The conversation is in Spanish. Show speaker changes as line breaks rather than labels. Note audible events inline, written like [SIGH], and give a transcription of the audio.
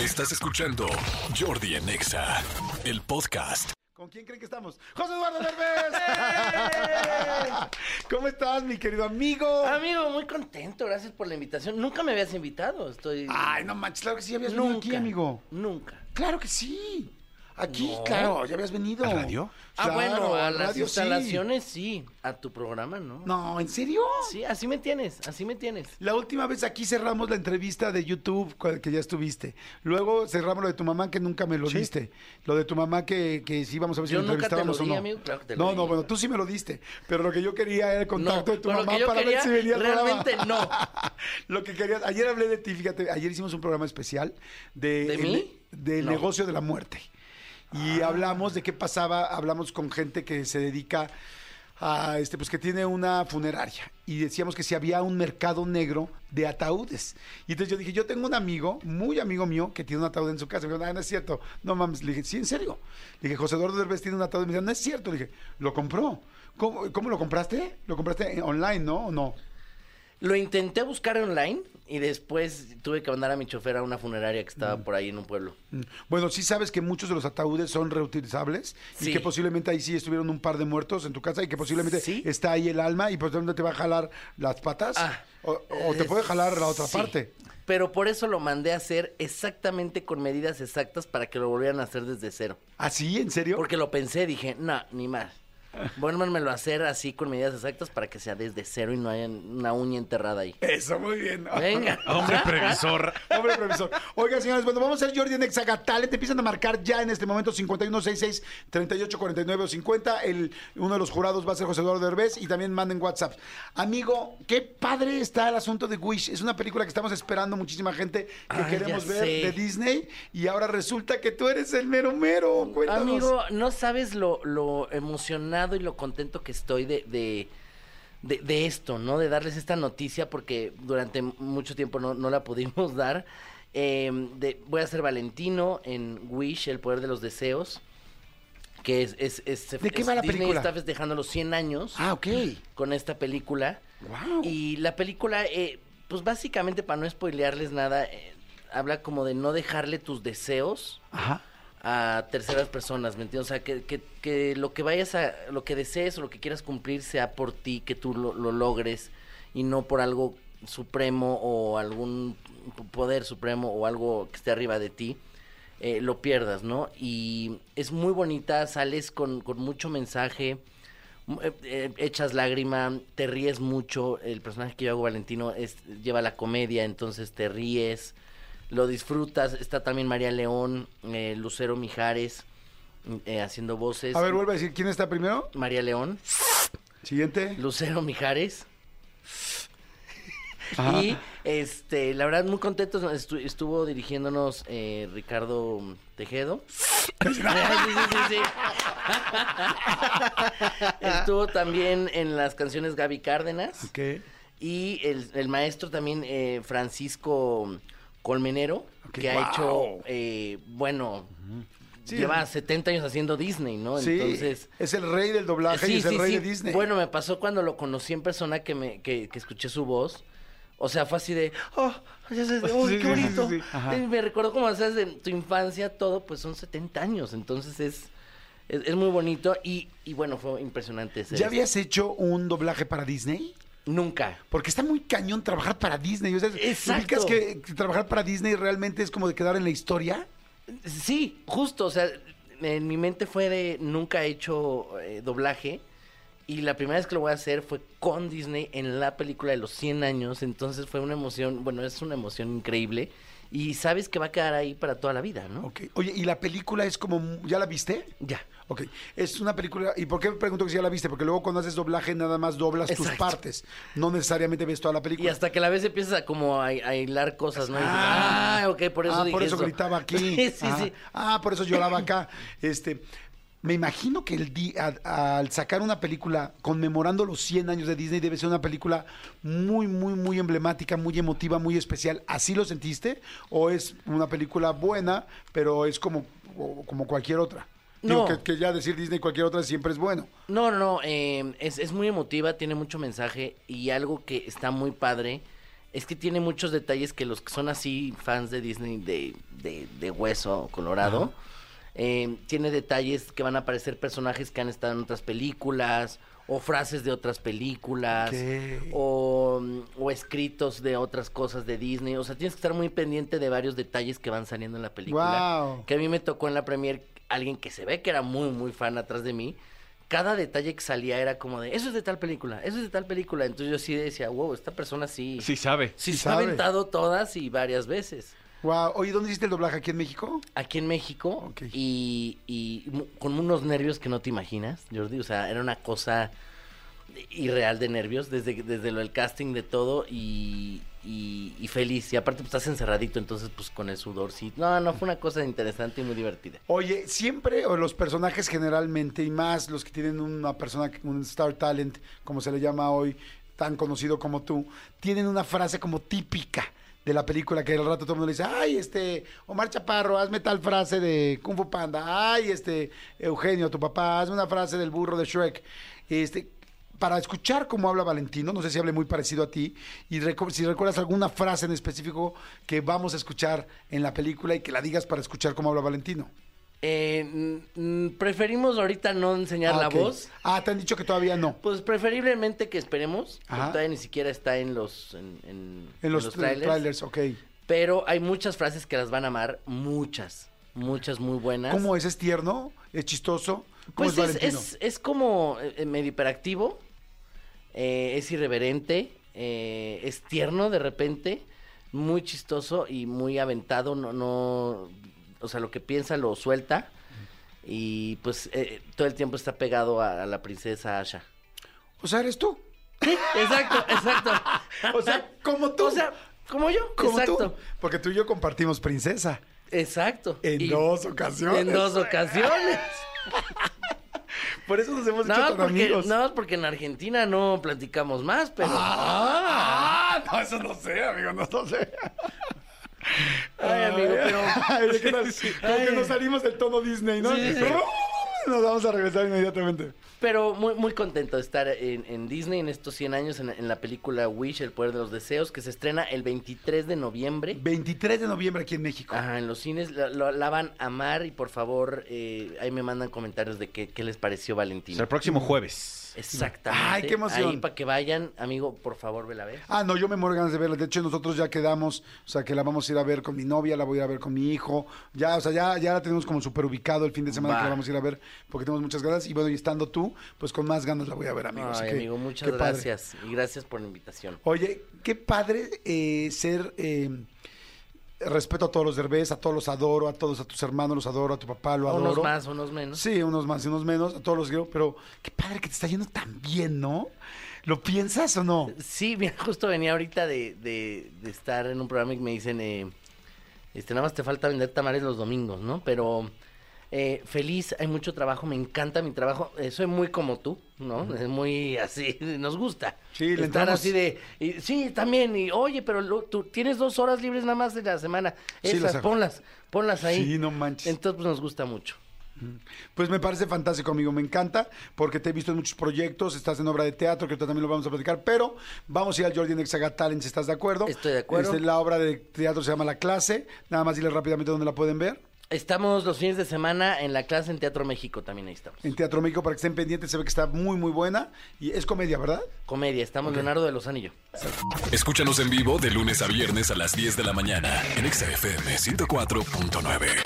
Estás escuchando Jordi en EXA, el podcast.
¿Con quién creen que estamos? ¡José Eduardo
[LAUGHS]
Derbez! ¿Cómo estás, mi querido amigo?
Amigo, muy contento, gracias por la invitación. Nunca me habías invitado, estoy...
Ay, no manches, claro que sí habías venido
nunca,
aquí, amigo.
Nunca.
Claro que sí. Aquí,
No.
claro, ya habías venido.
¿Al radio?
Ah,
Claro,
bueno, a
al
las
radio sí.
instalaciones sí. a tu programa no.
No, ¿en serio?
Sí, así me tienes, así me tienes.
La última vez aquí cerramos la entrevista de YouTube cual- que ya estuviste. Luego cerramos lo de tu mamá que nunca me lo diste. Lo de tu mamá que, que sí vamos a ver si
Yo
lo
nunca te lo
entrevistábamos
di,
o no.
amigo, claro que te lo
no,
di.
no, bueno, tú sí me lo diste. Pero lo que yo quería era el contacto
No,
de tu
pero lo
mamá
que yo
para ver
quería,
si venía al programa.
realmente
[LAUGHS]
no.
lo que querías. Ayer hablé de ti, fíjate. Ayer hicimos un programa especial de,
¿De
el-
mí?
del
No. Ah.
negocio de la muerte. Y hablamos de qué pasaba, hablamos con gente que se dedica a este, pues que tiene una funeraria. Y decíamos que si había un mercado negro de ataúdes. Y entonces yo dije, yo tengo un amigo, muy amigo mío, que tiene un ataúd en su casa. Me dijo, "Ah, no es cierto. No mames. Le dije, sí, en serio. Le dije, José Eduardo Derbez tiene un ataúd. Me dijo, no es cierto. Le dije, lo compró. ¿Cómo, cómo lo compraste? ¿Lo compraste online, no? ¿O no?
Lo intenté buscar online y después tuve que mandar a mi chofer a una funeraria que estaba por ahí en un pueblo.
Mm. Bueno, sí sabes que muchos de los ataúdes son reutilizables y
Sí.
que posiblemente ahí sí estuvieron un par de muertos en tu casa y que posiblemente
Sí.
está ahí el alma y posiblemente te va a jalar las patas
Ah,
o, o te puede jalar la otra
Sí,
parte.
Pero por eso lo mandé a hacer exactamente con medidas exactas para que lo volvieran a hacer desde cero.
¿Así? ¿En serio?
Porque lo pensé, dije, no, ni más. Vuélvanmelo a hacer así con medidas exactas para que sea desde cero y no haya una uña enterrada ahí.
Eso, muy bien. [LAUGHS]
Venga.
Hombre previsor.
Hombre previsor. Oiga, señores, bueno, vamos a hacer Jordi en Exagatale. Te empiezan a marcar ya en este momento 5166 3849 o 50. El, uno de los jurados va a ser José Eduardo Derbez y también manden WhatsApp. Amigo, qué padre está el asunto de Wish. Es una película que estamos esperando muchísima gente que
Ay,
queremos
Ah, ya
ver
sé.
de Disney y ahora resulta que tú eres el mero mero. Cuéntanos.
Amigo, no sabes lo, lo emocionado y lo contento que estoy de, de, de- de esto, ¿no? De darles esta noticia porque durante mucho tiempo no, no la pudimos [LAUGHS] dar. Eh, de- voy a ser Valentino en Wish, El Poder de los Deseos, que es... es, es-
¿De qué
es-
va la
Disney
película?
está festejando los 100 años
Ah, ok.
con esta película.
Wow.
Y la película, eh, pues básicamente para no spoilearles nada, eh, habla como de no dejarle tus deseos
Ajá.
a terceras personas, ¿me entiendes? O sea, que, que- que lo que vayas a, lo que desees o lo que quieras cumplir sea por ti, que tú lo, lo logres y no por algo supremo o algún p- poder supremo o algo que esté arriba de ti, eh, lo pierdas, ¿no? Y es muy bonita, sales con, con mucho mensaje, m- eh, eh, echas lágrima, te ríes mucho, el personaje que yo hago, Valentino, es, lleva la comedia, entonces te ríes lo disfrutas. Está también María León, eh, Lucero Mijares eh, haciendo voces.
A ver, vuelve a decir quién está primero.
María León,
Siguiente.
Lucero Mijares.
Ajá.
Y este, la verdad, muy contentos. Estu- estuvo dirigiéndonos eh, Ricardo Tejedo. Sí, sí, sí, sí. [LAUGHS] estuvo también en las canciones Gaby Cárdenas.
Ok.
Y el, el maestro también, eh, Francisco Colmenero,
Ok,
que ha
wow.
hecho, eh, bueno,
Sí.
lleva 70 años haciendo Disney, ¿no?
Sí,
Oh, Entonces...
es el rey del doblaje y
sí,
es el
sí,
rey
sí.
de Disney.
Bueno, me pasó cuando lo conocí en persona que, me, que, que escuché su voz. O sea, fue así de, oh, ya sé,
[LAUGHS]
oh,
Sí,
qué
sí, sí, sí,
bonito.
sí. Ajá.
Eh, Me recuerdo como, o sea, desde tu infancia, todo, pues son 70 años. Entonces es, es, es muy bonito y, y bueno, fue impresionante. ese-
¿Ya habías hecho un doblaje para Disney?
Nunca.
Porque está muy cañón trabajar para Disney. O sea,
Exacto.
ubicas que trabajar para Disney realmente es como de quedar en la historia?
Sí, justo, o sea, en mi mente fue de nunca he hecho eh, doblaje y la primera vez que lo voy a hacer fue con Disney en la película de los 100 años, entonces fue una emoción, bueno, es una emoción increíble y sabes que va a quedar ahí para toda la vida, ¿no?
Ok. Oye, ¿y la película es como... mu- ¿Ya la viste?
Ya.
Ok. Es una película... ¿Y por qué pregunto que si ya la viste? Porque luego cuando haces doblaje nada más doblas tus
Exacto.
partes. No necesariamente ves toda la película.
Y hasta que la vez empiezas a como a, a hilar cosas, ¿no? Y dices,
Ah.
Ah, ok, por eso
Ah,
dije
por eso,
eso".
gritaba aquí.
[LAUGHS] sí, sí,
ah,
sí.
Ah, por eso lloraba acá. Este, me imagino que el di- a- al sacar una película conmemorando los 100 años de Disney debe ser una película muy, muy, muy emblemática, muy emotiva, muy especial. ¿Así lo sentiste? ¿O es una película buena, pero es como, o- como cualquier otra? Digo,
No.
que, que ya decir Disney cualquier otra siempre es bueno.
No, no, no, eh, es, es muy emotiva, tiene mucho mensaje y algo que está muy padre es que tiene muchos detalles que los que son así fans de Disney de, de, de hueso colorado.
Ajá.
Eh, tiene detalles que van a aparecer personajes que han estado en otras películas, o frases de otras películas,
Ok.
o, mm, o escritos de otras cosas de Disney. O sea, tienes que estar muy pendiente de varios detalles que van saliendo en la película.
Wow.
Que a mí me tocó en la premier alguien que se ve que era muy, muy fan atrás de mí. Cada detalle que salía era como de, eso es de tal película, eso es de tal película. Entonces yo sí decía, wow, esta persona sí,
Sí sabe.
sí
sí
se ha
sabe".
aventado todas y varias veces.
Wow. Oye, ¿dónde hiciste el doblaje? ¿Aquí en México?
Aquí en México
Ok.
y, y mu- con unos nervios que no te imaginas, Jordi. O sea, era una cosa irreal de nervios desde, desde lo del casting de todo y, y- y feliz. Y aparte pues, estás encerradito, entonces pues con el sudor. Sí. No, no, fue una cosa interesante y muy divertida.
Oye, siempre, o los personajes generalmente, y más los que tienen una persona, un star talent, como se le llama hoy, tan conocido como tú, tienen una frase como típica de la película que al rato todo el mundo le dice, ay, este, Omar Chaparro, hazme tal frase de Kung Fu Panda, ay, este, Eugenio, tu papá, hazme una frase del burro de Shrek. Este, para escuchar cómo habla Valentino, no sé si hable muy parecido a ti, y recu- si recuerdas alguna frase en específico que vamos a escuchar en la película y que la digas para escuchar cómo habla Valentino.
Eh, mm, mm, preferimos ahorita no enseñar
Ah,
la
ok.
voz.
Ah, te han dicho que todavía no.
Pues preferiblemente que esperemos. porque
Ajá.
Todavía ni siquiera está en los, en, en-
En los, tra- trailers. ok.
Pero hay muchas frases que las van a amar, muchas, muchas muy buenas.
¿Cómo es? ¿Es tierno? ¿Es chistoso? ¿Cómo es
Pues es,
Valentino?
es- es como eh, eh, medio hiperactivo, eh, es irreverente, eh, es tierno de repente, muy chistoso y muy aventado, no, no, o sea, lo que piensa lo suelta y pues eh, todo el tiempo está pegado a, a la princesa Asha.
O sea, eres tú.
Exacto, exacto.
O sea, como tú.
O sea, como yo,
como
exacto.
tú. Porque tú y yo compartimos princesa.
Exacto.
En
Y-
dos ocasiones.
En dos ocasiones.
Por eso nos hemos
No,
hecho tan
porque,
amigos.
nada más porque en Argentina no platicamos más, pero...
Ah, no, eso no sé, amigo, no, no sé.
Ay, amigo, pero-
[LAUGHS] Ay, es que
[LAUGHS]
nos, como que nos salimos del tono Disney, ¿no?
Sí, sí, sí.
[LAUGHS] Nos vamos a regresar inmediatamente.
Pero muy, muy contento de estar en, en Disney en estos 100 años, en, en la película Wish, El Poder de los Deseos, que se estrena el 23 de noviembre.
23 de noviembre aquí en México.
Ajá, en los cines la, la- la van a amar y por favor eh, ahí me mandan comentarios de qué, qué les pareció
O
Valentín.
sea, el próximo jueves.
Exactamente.
Ay, qué emoción.
Ahí para que vayan, amigo, por favor, vela a ver.
Ah, no, yo me muero de ganas de verla. De hecho, nosotros ya quedamos, o sea, que la vamos a ir a ver con mi novia, la voy a ir a ver con mi hijo. Ya, o sea, ya, ya la tenemos como súper ubicado el fin de semana
Va.
que la vamos a ir a ver porque tenemos muchas ganas. Y bueno, y estando tú, pues con más ganas la voy a ver, amigo. Así
Ay,
que,
amigo, muchas
qué padre.
gracias y gracias por la invitación.
Oye, qué padre eh, ser. eh, respeto a todos los derbés, a todos los adoro, a todos, a tus hermanos los adoro, a tu papá lo
Unos
adoro.
más, unos menos.
Sí, unos más y unos menos, a todos los quiero, pero qué padre que te está yendo tan bien, ¿no? ¿Lo piensas o no?
Sí, [LAUGHS] mira, justo venía ahorita de, de- de estar en un programa y me dicen, eh, este, nada más te falta vender tamales los domingos, ¿no? Pero eh, feliz, hay mucho trabajo, me encanta mi trabajo, eh, soy muy como tú, ¿no? Es muy así, [LAUGHS] nos gusta.
Sí, le
Estar
entramos.
así de, y- sí, también, y oye, pero lo- tú tienes dos horas libres nada más de la semana,
Sí,
esas,
las hago.
ponlas, ponlas ahí.
Sí, no manches.
Entonces, pues nos gusta mucho.
Pues me parece fantástico, amigo. Me encanta porque te he visto en muchos proyectos. Estás en obra de teatro, que ahorita también lo vamos a platicar. Pero vamos a ir al Jordi Nexaga Talent, si estás de acuerdo.
Estoy de acuerdo.
Este, la obra de teatro se llama La Clase. Nada más dile rápidamente dónde la pueden ver.
Estamos los fines de semana en la clase en Teatro México, también ahí estamos.
En Teatro México, para que estén pendientes, se ve que está muy, muy buena. Y es comedia, ¿verdad?
Comedia, estamos Leonardo de Lozano y yo.
Escúchanos en vivo de lunes a viernes a las 10 de la mañana en Exa FM 104.9.